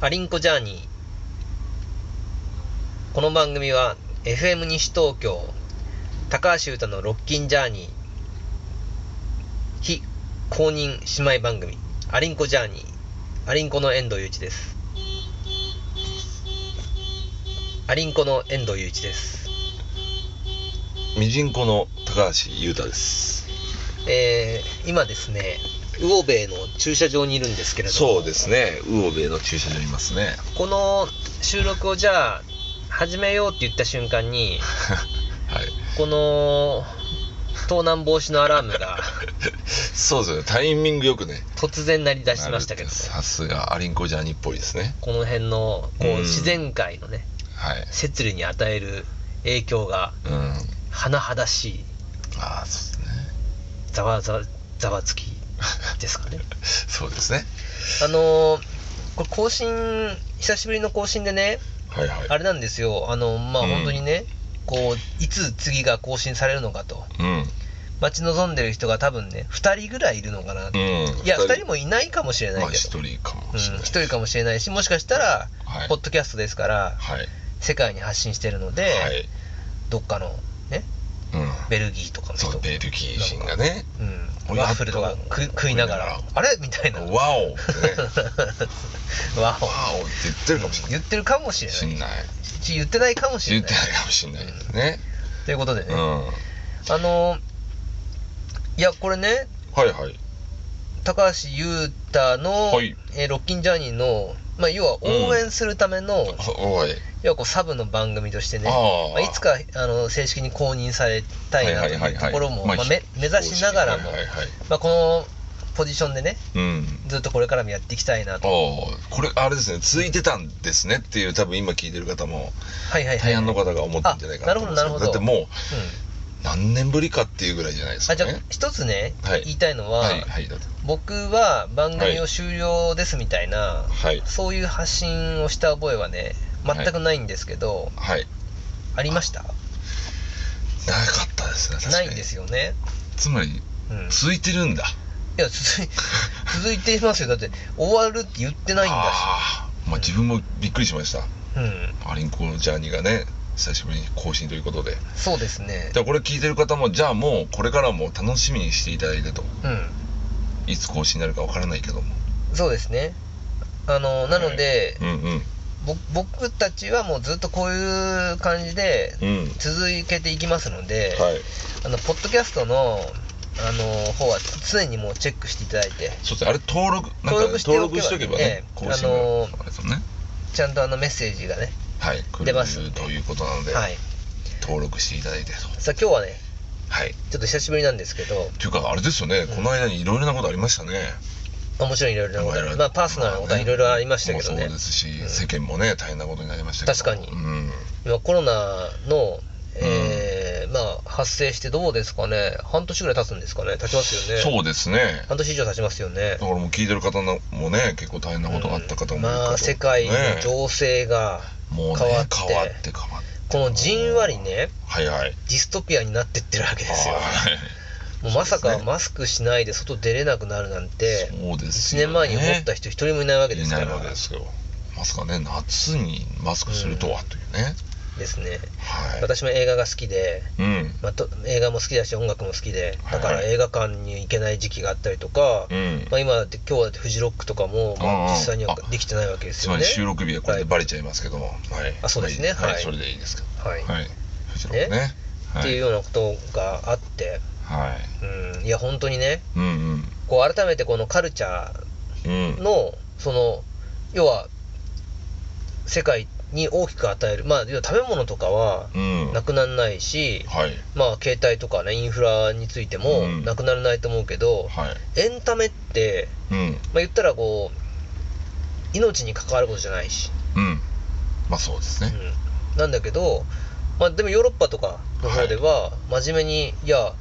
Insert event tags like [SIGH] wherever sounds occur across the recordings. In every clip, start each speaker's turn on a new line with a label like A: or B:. A: パリンコジャーニー。この番組は FM 西東京、高橋歌のロッキンジャーニー、非公認姉妹番組、アリンコジャーニー、アリンコの遠藤祐一です。アリンコの遠藤祐一です。
B: ミジンコの高橋優太です。
A: えー、今ですね、魚べの駐車場にいるんですけれども、
B: そうですね。ウオベの駐車場にいます
A: [LAUGHS]
B: ね。
A: この収録をじゃあ始めようって言った瞬間に
B: はい。
A: この盗難防止のアラームが
B: そうですね。タイミングよくね。
A: 突然鳴り出しましたけど
B: なるさすがアリンコジャーニっぽいですね。
A: この辺のこ
B: うん
A: う自然界のね
B: はい。
A: 摂理に与える影響が
B: うん。
A: 甚だしい
B: ああ、そう
A: ざわざわざわつきですかね
B: ですね。そうですね。
A: あのーこれ更新久しぶりの更新でね
B: はいはい。
A: あれなんですよあのまあ
B: うん
A: 本当にね、こういつ次が更新されるのかと
B: うん。
A: 待ち望んでる人が多分ね2人ぐらいいるのかな、い
B: うん。
A: や2人もいないかもしれない
B: まあ
A: けど、
B: 一人か
A: うん、
B: もしれな
A: 1
B: い。
A: 人かもしれないしもしかしたら、
B: はい
A: ポッドキャストですから
B: はい。
A: 世界に発信してるので、
B: はい。
A: どっかのね
B: うん。
A: ベルギーとかの人
B: そう、ベルギー人がね。
A: うん、ワッフルとか食食いながら
B: 食いな
A: あれみたいな
B: ワオっ
A: わ
B: てね。ワ [LAUGHS]
A: お
B: オって言ってるかもしれない。
A: 言ってるかもしれ
B: し
A: ない
B: んない。
A: し言ってないかもしれ
B: 言っ
A: ない
B: てないかもしれないですね。
A: ということでね、
B: うん。は
A: あのいやこれね
B: いはい。
A: 高橋優太の、
B: はい
A: えーロッキンジャーニーの、まあ、要は応援するための、
B: おい。
A: 要はこうサブの番組としてね、
B: あー
A: まあ、いつかあの正式に公認されたいなというところも
B: は
A: ま
B: いはいはいはいまあ
A: あめ目指しながらも、
B: はいはいはい
A: まあ、このポジションでね、
B: うん。
A: ずっとこれからもやっていきたいな
B: あ
A: と。
B: あ、これ、あれですね、続いてたんですねっていう、多分今聞いてる方も、
A: はいはいはい。
B: 大半の方が思ってるんじゃないかなと思うんですけ
A: あ
B: ど、
A: なる
B: だ
A: ほ
B: っ
A: どなるほ
B: て
A: ど
B: も
A: うん
B: う、何年ぶりかっていうぐらいじゃないですか、
A: あ
B: ね。
A: じゃあ一つね、
B: はい
A: 言いたいのは、
B: はい、はい、だって
A: 僕は番組を終了ですみたいな、
B: はい
A: そういう発信をした覚えはね全くないんですけど、
B: はい。
A: ありました
B: なかったですね、確か
A: な
B: に。
A: いんですよね、
B: つまり、
A: うん、い
B: 続いてるんだ。
A: や続い続いていますよだって終わるって言ってないんだ
B: [LAUGHS] ああ、まあ自分もびっくりしました。
A: しうん
B: アリンコジャーニーがね、久しぶりに更新ということで。
A: そうですね
B: じゃあこれ聞いてる方も、じゃあもう、これからも楽しみにしていただいてと。
A: うん
B: いつ更新になるかわからないけども。
A: そうですねあのなので、
B: うんうん。
A: ぼ僕たちはもうずっとこういう感じで
B: うん。
A: 続けていきますので、
B: はい。
A: あのポッドキャストのあの方は常にもうチェックしていただいて
B: そうですね、あれ登録、なんか
A: 登録しておけば
B: 登録しておけば
A: ええ
B: ね、更新が
A: あのー
B: あれですもんね。
A: ちゃんとあのメッセージがね、
B: はい、来る
A: 出ますんで
B: ということなので、
A: はい、
B: 登録していただいてと。
A: さあ今日はね
B: はい。
A: ちょっと久しぶりなんですけど
B: というか、あれですよね、
A: うん
B: この間にいろいろなことありましたね。
A: まあもちろんいろいろなことあ
B: 我
A: る
B: 々
A: まあパーソナルなことはいろいろありましたけど
B: もう
A: ね
B: そうですし、
A: うん
B: 世間もね、大変なことになりましたけど。
A: 確かに
B: うん。
A: 今コロナの、えーまあ発生してどうですかね半年ぐらい経つんですかね経ちますよね
B: そうですね。
A: 半年以上経ちますよね
B: だからもう聞いてる方のもね、結構大変なことがあった方もいるかと、
A: まあ世界の
B: ね
A: 情勢が
B: もうね、
A: 変
B: 変
A: わ
B: わ
A: っ
B: ってて変わって変わって。
A: このじんわりね
B: はいはい。
A: ディストピアになってってるわけですよ
B: はい
A: もうまさ
B: そう
A: か
B: ですね
A: マスクしないで外出れなくなるなんて
B: そうです
A: 1
B: よ
A: 年
B: ね
A: 前に思った人一人もいないわけで
B: い
A: すか
B: な
A: ら
B: いわけですよまさかね夏にマスクするとはというね、
A: ですね
B: はい
A: 私も映画が好きで、
B: うん
A: まあ、と映画も好きだし音楽も好きでだから
B: はい
A: 映画館に行けない時期があったりとか、
B: うん
A: まあ、今だって今日だってフジロックとかも、まあ
B: うんうん
A: 実際には
B: あ
A: できてないわけです
B: つ
A: よ
B: ま
A: ね
B: り収録日はこれでバレちゃいますけども、はい、
A: あそうですね
B: はい、
A: はい
B: それでいいですけど
A: はい、
B: はいフジロックねは
A: っ
B: い
A: ていうようなことがあって、
B: はい
A: うん、いや本当にね
B: うんうん
A: こう改めてこのカルチャー
B: うん
A: のその要は世界に大きく与えるまあ要は食べ物とかは
B: うん
A: なくならないし、
B: はい
A: まあ携帯とかねインフラについても
B: うん
A: なくならないと思うけど、
B: はい
A: エンタメって、
B: うん
A: まあ、言ったらこう命に関わることじゃないし、
B: うんまあそうですね、
A: うん、なんだけど、まあ、でもヨーロッパとかの方では真面目に、い、や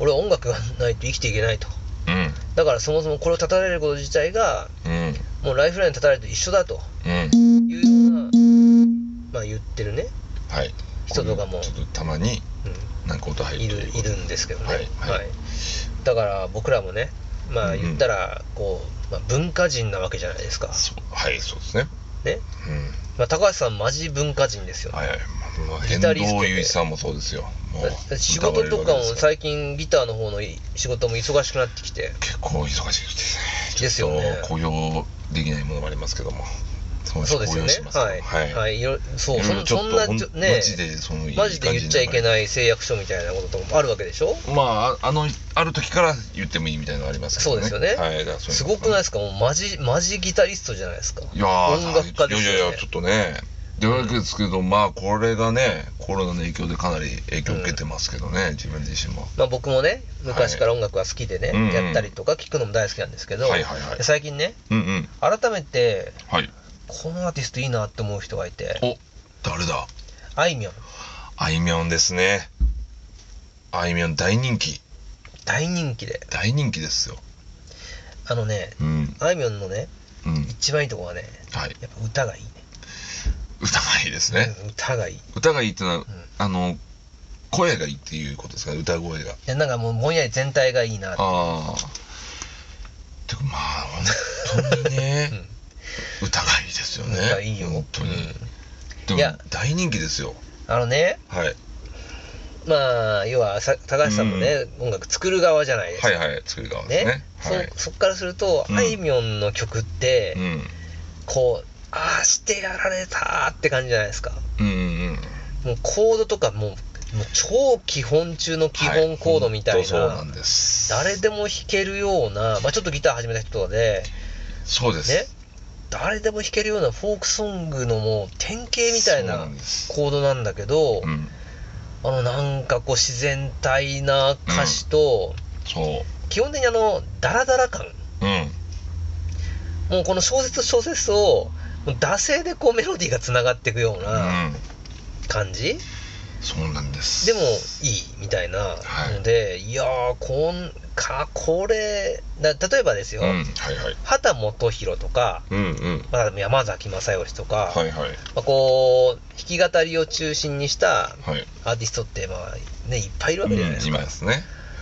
A: 俺は音楽がないと生きていけないと
B: うん
A: だからそもそもこれを断たれること自体が
B: うん
A: もうライフライン断たれると一緒だと
B: うん
A: いうような、まあ、言ってるね、
B: はい
A: 人とかも
B: ちょっとたまに
A: う
B: なんか音入
A: ん、
B: る
A: い
B: と
A: る
B: うこ
A: い
B: とで
A: るんですけどね、
B: はいはい
A: だから僕らもねまあ
B: うん
A: 言ったらこう、まあ、文化人なわけじゃないですか
B: そうはいそうですね
A: ね、
B: うん
A: まあ、高橋さんマジ文化人ですよ、
B: はいはいまあ
A: ギ
B: 遠
A: タリストで
B: 藤祐一さんもそうですよもう
A: 仕事とかも
B: 疑われるわけですら
A: 最近ギターの方のい仕事も忙しくなってきて
B: 結構忙しいですね
A: ですよね
B: ちょっと雇用できないものもありますけどもそ
A: そうですよね
B: します
A: はい
B: はい、、
A: はいいいろそう
B: いろいろ
A: そ
B: ちょっ
A: そん
B: と
A: な
B: ほん
A: ちょね
B: マジでそのいい
A: マジで言っちゃいけない誓約書みたいなこととかもあるわけでしょ
B: まあああのある時から言ってもいいみたいなのありますけど
A: そう
B: ね
A: ですよね、
B: はい、だからそう
A: す
B: うの
A: ごくないですかもうマジマジギタリストじゃないですか
B: いやー
A: 音楽家ですよね
B: いやいやいやちょっとねでわけですけどまあこれがねコロナの影響でかなり影響を受けてますけどね、自分自身も
A: まあ、僕もね昔から音楽が好きでね、
B: はいうんうん
A: やったりとか聴くのも大好きなんですけど、
B: はいはいはい
A: で最近ね
B: うんうん
A: 改めて
B: はい
A: このアーティストいいなって思う人がいて
B: お誰だ
A: あいみょん
B: あいみょんですねあいみょん大人気
A: 大人気で
B: 大人気ですよ
A: あのね
B: うん
A: あいみょんのね
B: うん
A: 一番いいとこはね
B: はい
A: やっぱ歌がいいね
B: 歌がいいですね、
A: うん歌がいいい
B: 歌がいいってのは、
A: ん
B: あの声がいいっていうことですか歌声が
A: やなんかもうぼんやり全体がいいなって
B: ああてかまあ本当
A: [LAUGHS]
B: にね、歌がいいですよね
A: 歌いいよ
B: 本当
A: う
B: に、
A: ん
B: で
A: いや
B: も大人気ですよ
A: あのね
B: はい
A: まあ要はさ高橋さんもね、音楽作る側じゃないですか、
B: はいはい作る側で
A: ね
B: すねはい
A: そそっからすると、
B: うん
A: あいみょんの曲って、
B: うん
A: こうああしてやられたって感じじゃないですか
B: うんうんうん
A: もうコードとかもうもう超基本中の基本コードみた
B: はい
A: な、
B: い本当そうなんです
A: 誰でも弾けるような、まあ、ちょっとギター始めた人とかで
B: そうです
A: ね誰でも弾けるようなフォークソングのもう典型みたい
B: そう
A: な
B: なんです
A: コードなんだけど、
B: うん
A: あのなんかこう自然体な歌詞と、
B: そ
A: 基本的にあのダラダラ感
B: ううん
A: もうこの小説と小説をもう惰性でこうメロディーがつながっていくような
B: うん
A: 感じ、
B: そうなんです
A: でもいいみたいな
B: はい
A: ので、い、やーこんかこれだ例えばですよ、
B: うんはいはい
A: 畑基博とか、
B: うんうん
A: まあ、山崎正義とか、
B: はいはい
A: まあ、こう弾き語りを中心にした
B: はい
A: アーティストって、まあね、いっぱいいるわけじゃないです
B: 今
A: か。
B: ですね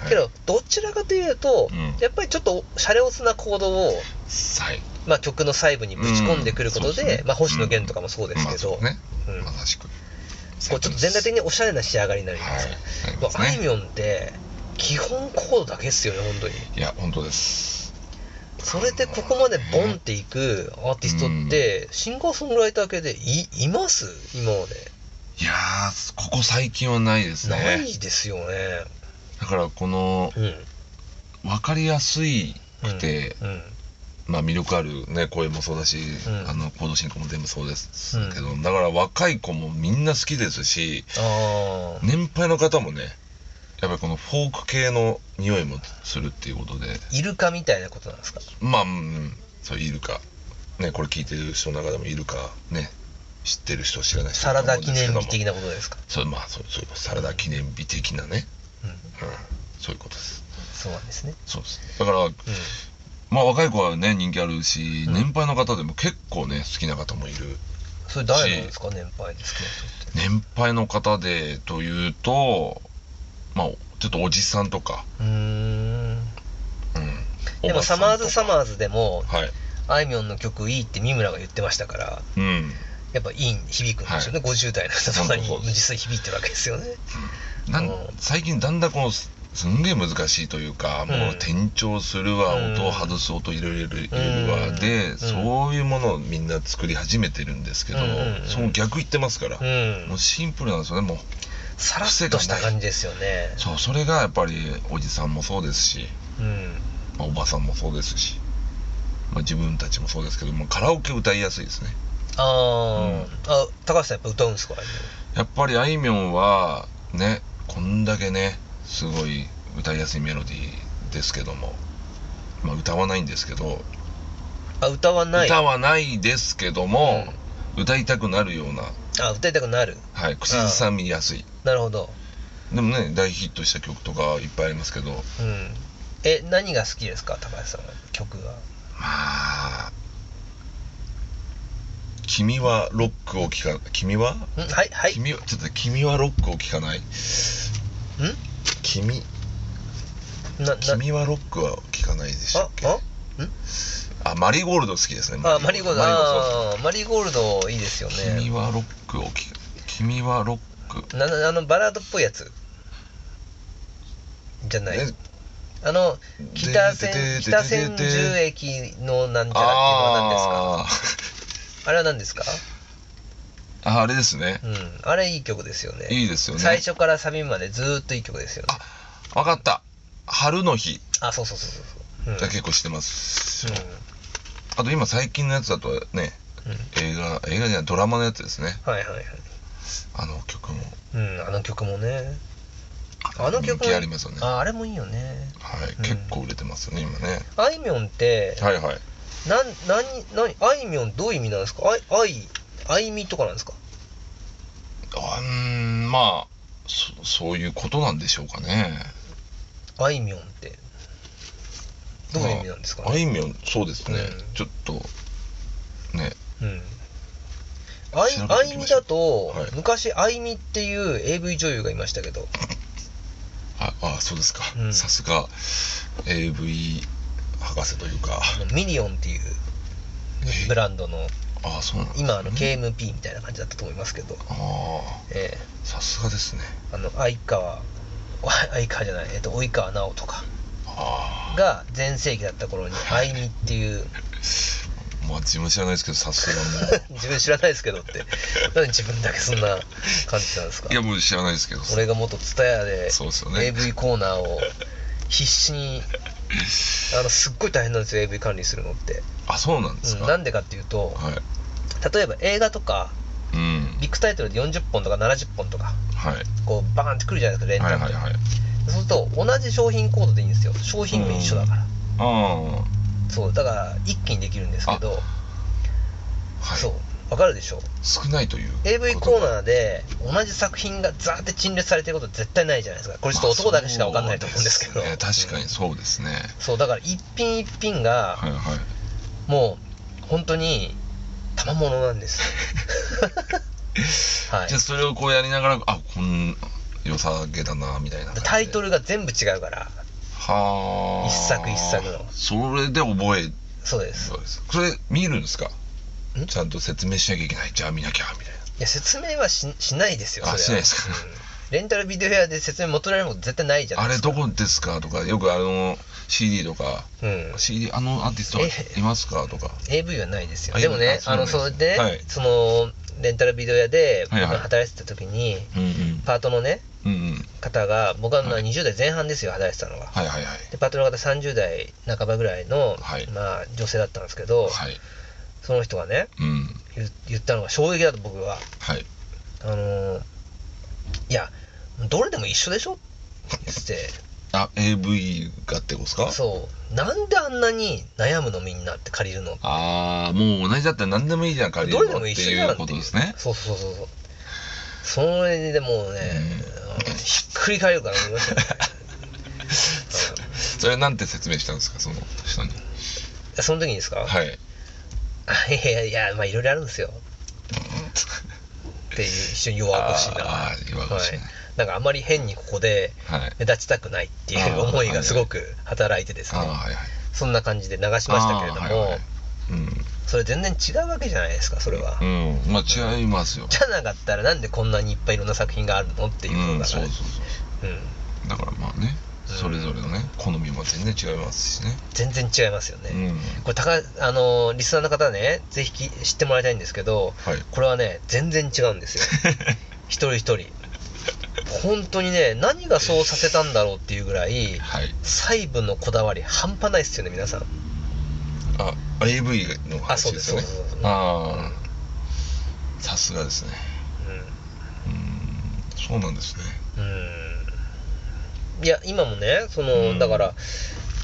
B: はい
A: けどどちらかというと、
B: うん
A: やっぱりちょっとシャレオツな行動を、
B: はい
A: まあ、曲の細部にぶち込んでくること
B: うん
A: で、
B: そうですね
A: まあ、星野源とかもそうですけど、
B: うんまあそう
A: うん
B: ねまさしく
A: こうちょっと全体的におしゃれな仕上がりになるじゃない
B: は
A: で
B: い
A: すか。
B: なり
A: ま
B: ます
A: あ、あいみ
B: ね
A: ょんって基本コードだけっすよね本当に
B: いや本当です
A: それでここまでボンっていくアーティストって、シンガーソングライター系でいいます今まで、
B: いやーここ最近はないです
A: な
B: ね
A: いですよね
B: だからこの
A: うん
B: 分かりやすいくて、
A: うんうん
B: まあ魅力あるね声もそうだし、
A: うん
B: あの行動進行も全部そうですけど、だから若い子もみんな好きですし
A: ああ、
B: 年配の方もねやっぱりこのフォーク系の匂いもするっていうことで
A: イルカみたいなことなんですか
B: まあ、うん、そういるかねこれ聞いてる人の中でもいるかね知ってる人知らない人
A: サラダ記念日
B: 的
A: 的なことですか
B: そうまあそうそうサラダ記念日的なね、
A: うん
B: うん、そういうことです
A: そうなんですね
B: そうですだから
A: うん
B: まあ若い子はね人気あるし、
A: うん
B: 年配の方でも結構ね好きな方もいる
A: それ誰なんですか年配で好きな人って
B: 年配の方でというとまあちょっとおじさんとか、
A: うーん
B: うん、
A: でもサマーズ・サマーズでも
B: マはい
A: あいみょんの曲いいって三村が言ってましたから
B: うん
A: やっぱいい響くんですよね、50代の人とかに実際響いてるわけですよね。
B: な
A: う
B: ん
A: ん
B: 最近だんだんこのすすんげえ難しいというか、もう転調するわ、
A: うん
B: 音を外す音入れる入れるわ、
A: うん
B: で、
A: うん
B: そういうものをみんな作り始めてるんですけど、
A: うんうんうん
B: その逆言ってますから、
A: うん
B: もうシンプルなんですよねもう
A: さらっとした感じですよね。
B: そうそれがやっぱりおじさんもそうですし、
A: うん、
B: まあおばさんもそうですし、まあ、自分たちもそうですけどもカラオケ歌いやすいですね
A: あー、あ高橋さんやっぱ歌うんですかあれ
B: やっぱりあいみょんはねこんだけねすごい歌いやすいメロディーですけども、まあ、歌わないんですけど
A: あ歌はない
B: 歌はないですけども、歌いたくなるような、
A: あ歌いたくなる
B: はい、口ずさみやすい
A: なるほど、
B: でもね大ヒットした曲とかいっぱいありますけどま
A: うん、え何が好きですか高橋さんは曲が
B: あ君はロックを聴か君は
A: んはいはいん
B: 君はちょっと君はロックを聴かない君
A: なな
B: 君はロックは聴かないでした
A: あ
B: っけ
A: あ
B: あマリーゴールド好きですね
A: あ、マリーゴールド、
B: そう
A: あーマリーゴールドいいですよ
B: そう
A: ね。
B: 君はロックを聴く君はロック
A: ななあの、バラードっぽいやつ。じゃない。
B: ね
A: あの、北千
B: で、
A: 北千住駅のなんちゃらっていうのは
B: あー
A: 何ですかあれは何ですか
B: ああれですね
A: うん。あれいい曲ですよね。
B: いいですよね
A: 最初からサビまでずーっといい曲ですよね。
B: 分かった春の日
A: あ、そうそうそうそうそう。うん。
B: が結構してます、
A: う
B: あと今最近のやつだと
A: ん。うん
B: ね映画映画じゃないドラマのやつですね
A: はいはいはい。
B: あの曲も
A: うん、あの曲もね。あの曲
B: 人気ありますよねは
A: ああれもいいよね。
B: い、
A: うん
B: 結構売れてますよね今ね
A: あいみょんって、
B: はいはい
A: なん、なに、なに、あいみょんどういう意味なんですかあい、あい、あいみとかなんですか
B: あうーんまあそそういうことなんでしょうかね
A: あいみょんって。どういう意味なんですか
B: まああいみょんそうですね、
A: うん
B: ちょっとね
A: うん。あい
B: 調べて
A: あ
B: い
A: い
B: き
A: み
B: ましょ
A: だ
B: う
A: と、
B: はい
A: 昔あいみっていう AV 女優がいましたけど、
B: ああそうですか
A: うん
B: さすが AV 博士というか
A: あのミリオンっていう
B: え
A: ブランドの、
B: あそうなんですね
A: 今あの KMP みたいな感じだったと思いますけど、
B: あ
A: ええ
B: あさすがですね
A: あの、相川、 [LAUGHS] お相川じゃない、えっと、及川直とか
B: ああ
A: が全盛期だった
B: [LAUGHS]
A: 頃に、あいみっていう、 [LAUGHS]
B: まあ自分知らないですけどさすがも
A: 自分知らないですけどって、なんで自分だけそんな感じなんですか
B: ういやもう知らないですけど
A: 俺が元ツタヤで
B: そうですよね
A: AV コーナーを必死
B: [LAUGHS]
A: にあのすっごい大変なんですよ AV 管理するのって、
B: あそうなんです
A: う
B: か、
A: ん、なんでかっていうと
B: はい
A: 例えば映画とか
B: うん
A: ビッグタイトルで40本とか70本とか
B: はい
A: こうバーンってくるじゃないですかレンタル
B: はい
A: で、
B: はいはい
A: そうすると同じ商品コードでいいんですよ商品名一緒だから、
B: ああは
A: そうだから一気にできるんですけど、
B: い
A: そうわかるでしょ
B: 少ないという
A: AV コー
B: ー
A: ナーで同じ作品がザーって陳列されてること絶対ないじゃないですかこれちょっと男だけしかわかんないと思うんですけど、
B: ね、確かにそうですね、
A: そうだから一品一品が
B: はいはい
A: もう本当に賜物なんです
B: [LAUGHS]
A: はい
B: じゃあそれをこうやりながらあこん良さげだなみたいな感じで
A: タイトルが全部違うから
B: はあ
A: 一作一作の
B: それで覚える
A: そうです
B: わけですそれ見るんですかちゃんと説明しなきゃいけないじゃあ見なきゃみたい
A: いや説明はししないですよそれは
B: あしないですか
A: うんレンタルビデオ屋で説明求められること絶対ないじゃ
B: な
A: な
B: あ
A: いで
B: れ
A: すか
B: どこですかとかよくあの CD とか
A: あれうん
B: CD あのアーティストはいますかとか
A: AV はないですよ
B: あ
A: でもねあ
B: あ
A: の
B: そ
A: そう
B: な
A: れ
B: んですね
A: で、
B: はい
A: そのレンタルビデオ屋で
B: はいはい
A: 僕が働いてた時に、
B: うんうん
A: パートのね
B: うんうん
A: 方が僕はまあ
B: はい
A: 20代前半ですよ働いてたのが
B: はいはいはい
A: でパートの方30代半ばぐらいの、
B: はい
A: まあ、女性だったんですけど、
B: はい
A: その人がね
B: うん
A: 言言ったのが衝撃だと僕は
B: はい
A: あのーいやどれでも一緒でしょって言って
B: あ AV がってことですか
A: てそうなんであんなに悩むのみんなって借りるの
B: ああもう同じだったら何でもいいじゃん借り
A: ど
B: る
A: れ
B: の
A: で
B: っ
A: も
B: て
A: 一緒じゃん
B: い
A: っ
B: う
A: て
B: ことですね
A: そうそうそうそうそれでもうね、あのひっくり返るから思いましたね
B: それなんて説明したんですかその人に
A: うんその時にですか、
B: はい
A: い、いやいやまあいろいろあるんですよっていう一瞬弱腰な
B: あー弱腰ね
A: はい、なんかあまり変にここで
B: はい
A: 目立ちたくないってい
B: あ
A: う
B: ー
A: 思いがすごく働いてです
B: ああ
A: ね
B: はいはい
A: そんな感じで流しましたけれども、
B: あーはいはい
A: それ全然違うわけじゃないですかそれは、
B: うん、うん、まあ違いますよ
A: じゃなかったらなんでこんなにいっぱいいろんな作品があるのっていう
B: う
A: こ
B: ん
A: とだ
B: そ
A: か
B: う
A: ら
B: そう
A: ね
B: そう
A: うん
B: だからまあね
A: うん
B: それぞれのね好みも全然違いますしね
A: 全然違いますよね、
B: うん
A: これ高あのーリスナーの方ねぜひき知ってもらいたいんですけど、
B: はい [LAUGHS]
A: これはね全然違うんですよ一人一人本当にね何がそうさせたんだろうっていうぐらい
B: はい
A: 細部のこだわり半端ないっすよね皆さん
B: あ AV の
A: あそ
B: 話
A: うで
B: ですすよ
A: そう
B: ね
A: ですそうです
B: ああさすがですね
A: う
B: うんそうなんですね
A: ん、うん、いや今もねその、
B: うん
A: だから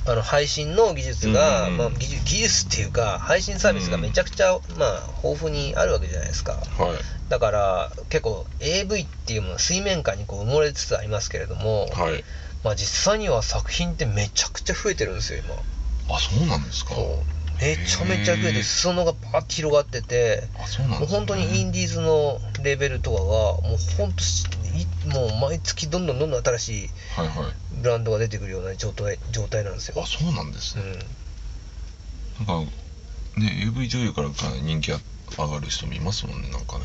A: あの配信の技術が、
B: うん
A: まあ、技術技術っていうか配信サービスがめちゃくちゃ、まあ、豊富にあるわけじゃないですか
B: はい
A: だから結構 AV っていうものは水面下にこう埋もれつつありますけれども、
B: はい
A: まあ、実際には作品ってめちゃくちゃ増えてるんですよ今
B: あそうなんですか
A: そうめちゃめちゃ増え
B: へ
A: て
B: ー
A: 裾野がバーって広がってて
B: あそうなん
A: もう
B: ですね
A: 本当にインディーズのレベルとかがもう本当しいもう毎月どんどんどんどん新しい
B: はいはい
A: ブランドが出てくるような状態状態なんですよ
B: あ、そうなんです
A: う
B: ね、
A: ん、
B: なんかね AV 女優からか人気あ上がる人もいますもんねなんかね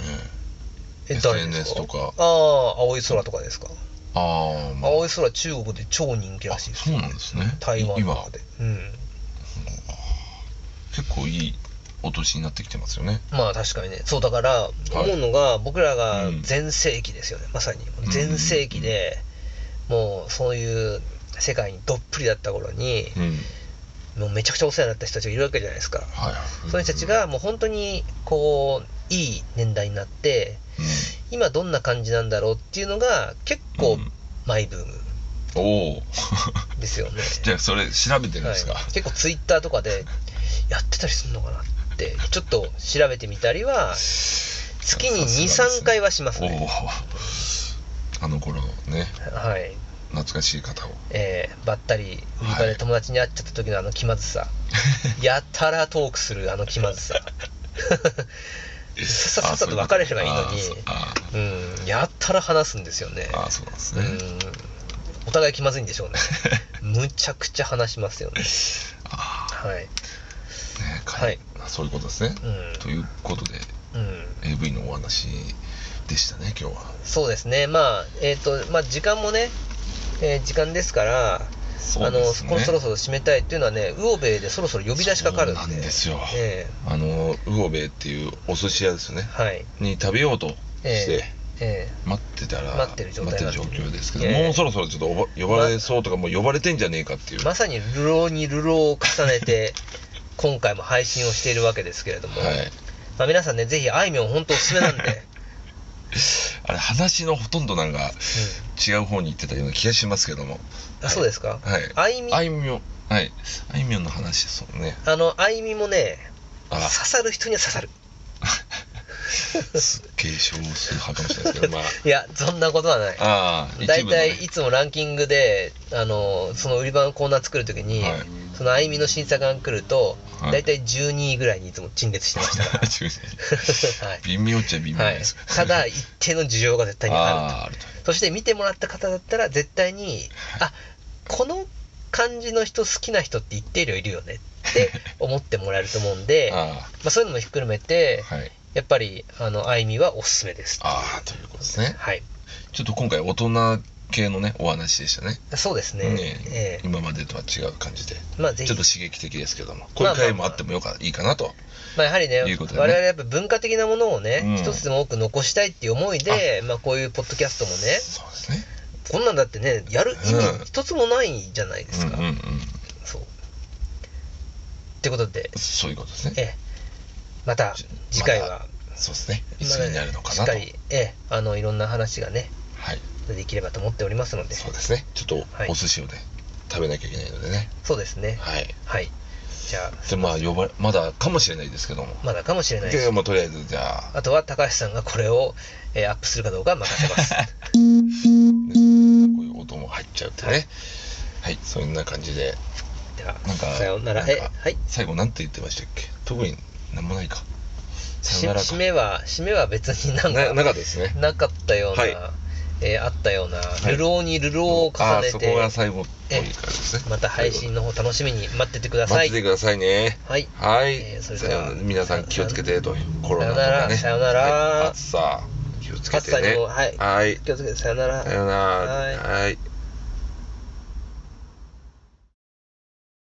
A: え誰です
B: SNS とか
A: ああ青い空とかですか
B: ああまあ
A: 青い空中国で超人気らしいです
B: そうなんですね
A: 台湾と
B: 今
A: かでうん
B: 結構いいお年になってきてますよね
A: まあ確かにねそうだから
B: い
A: 思うのが僕らが
B: うん
A: 全盛期ですよね、まさに
B: ん
A: 全盛期でもうそういう世界にどっぷりだった頃に
B: うん
A: もうめちゃくちゃお世話になった人たちがいるわけじゃないですか
B: はい
A: その人たちがもう本当にこういい年代になって
B: うん
A: 今どんな感じなんだろうっていうのが結構
B: うん
A: マイブーム
B: おお
A: ですよね、
B: [LAUGHS] じゃあそれ調べてるんですか、
A: はい、結構ツイッターとかでやってたりするのかなってちょっと調べてみたりは月に
B: さ
A: 23
B: すがですね
A: 回はします
B: お
A: ね
B: おあの頃のね
A: はい
B: 懐かしい方を
A: えーばったり売り場で友達に会っちゃった時のあの気まず
B: [LAUGHS]
A: さ、やたらトークするあの気まずささささっさと別れればいいのに
B: あー
A: うんやったら話すんですよね
B: あーそうなんです
A: う
B: ね、
A: んお互い気まずいんでしょうねむちゃくちゃ話しますよね
B: [LAUGHS] ああ
A: はい
B: ね
A: はい
B: かそういうことですね、ということで
A: うん、うん、
B: AV のお話でしたね今日は
A: そうですねまあえっ、とまあ時間もね、えー時間ですから
B: そう
A: あの
B: ですね
A: このそろそろ締めたいっていうのはね魚べでそろそろ呼び出しかかるんで
B: そうなんですよ
A: え
B: あの魚べっていうお寿司屋ですよね
A: えはい
B: に食べようとして、
A: ええ
B: 待ってたら
A: 待ってる状態
B: 待ってる状況ですけど、
A: ええ
B: もうそろそろちょっとおば呼ばれそうとか、もう呼ばれてんじゃねえかっていう、
A: まさに流浪に流浪を重ねて、 [LAUGHS] 今回も配信をしているわけですけれども、
B: はい、
A: まあ、皆さんね、ぜひあいみょん、本当おすすめなんで、
B: [LAUGHS] あれ話のほとんどなんか違う方に行ってたような気がしますけども
A: あそうですか、
B: はい
A: あいみ、
B: あいみょんはいあいみょんの話そうね
A: あのあいみもね、
B: あ
A: 刺
B: ら
A: さる人には刺さる。
B: すっげえ少数派かもしれないですけど
A: [LAUGHS]
B: まあ
A: いや、そんなことはない。
B: ああ
A: 大
B: 一部のね
A: 体いつもランキングで、あのその売り場のコーナー作るときに、
B: はい
A: そのあいみの審査官来ると、
B: はい
A: 大体12位ぐらいにいつも陳列してました
B: [LAUGHS]
A: か
B: 中世 [LAUGHS]
A: ら、はい
B: 微妙っちゃ微妙
A: はい
B: です、、
A: ただ、一定の需要が絶対にあると
B: あ。ーあると、
A: そして見てもらった方だったら絶対に、あこの感じの人好きな人って一定量いるよねって思ってもらえると思うんで
B: あ
A: まあ、そういうのもひっくるめて
B: あ、はい
A: やっぱり、あの、あいみはおすすめです。
B: ああということですね
A: はい。
B: ちょっと今回大人系のねお話でしたね
A: そうですね。
B: ね
A: ええ
B: 今までとは違う感じで
A: まあぜ
B: ち
A: ひ
B: ょっ、と刺激的ですけどもこういう回もあってもよかいいかなと
A: まあやはりね、
B: いうことでね
A: 我々やっぱ文化的なものをね、
B: うん
A: 一つでも多く残したいっていう思いで、まあこういうポッドキャストもね、
B: そうですね
A: こんなんだってね、やる意
B: うん
A: 味一つもないじゃないですか。
B: うんうんうん
A: そう。ってことで、
B: そういうことです
A: ええ、
B: ね
A: また次回は、
B: そうですねい
A: ま
B: つ
A: だね
B: になるのか
A: しっ
B: なと
A: かり、ええ、あのいろんな話がね
B: はい
A: できればと思っておりますので
B: そうですねちょっ
A: はい
B: とお寿司をね食べなきゃいけないのでね
A: そうですね
B: はい
A: はいじゃあ
B: でまあ呼ばまだかもしれないですけども
A: まだかもしれない
B: で
A: し
B: もうとりあえずじゃあ
A: あとは高橋さんがこれを、えーアップするかどうかは任せます
B: [LAUGHS] ねこういう音も入っちゃうとねはいそんな感じで
A: では
B: なんか
A: さようなら
B: ん
A: え
B: か
A: はい
B: 最後なんて言ってましたっけ特になんもないかさ
A: し
B: よなら
A: 締めは締めは別になん
B: な
A: か
B: なかったですね
A: なかったような、
B: はい
A: えーあったような
B: は
A: 流
B: い
A: 浪に流浪を
B: あ
A: 重
B: ー
A: ね
B: そ
A: て、
B: こが最後っぽいからですね
A: また配信の方楽しみに待っててくださ
B: 待
A: い
B: っててくださいね
A: はい
B: はい、
A: えーそれ
B: さ
A: では
B: よなら皆さん気をつけてとコロナとかね
A: さよならさよなら
B: はい暑さ気をつけてね
A: 暑さにもはい
B: はい
A: 気をつけてさよなら
B: さよなら
A: はい
B: はい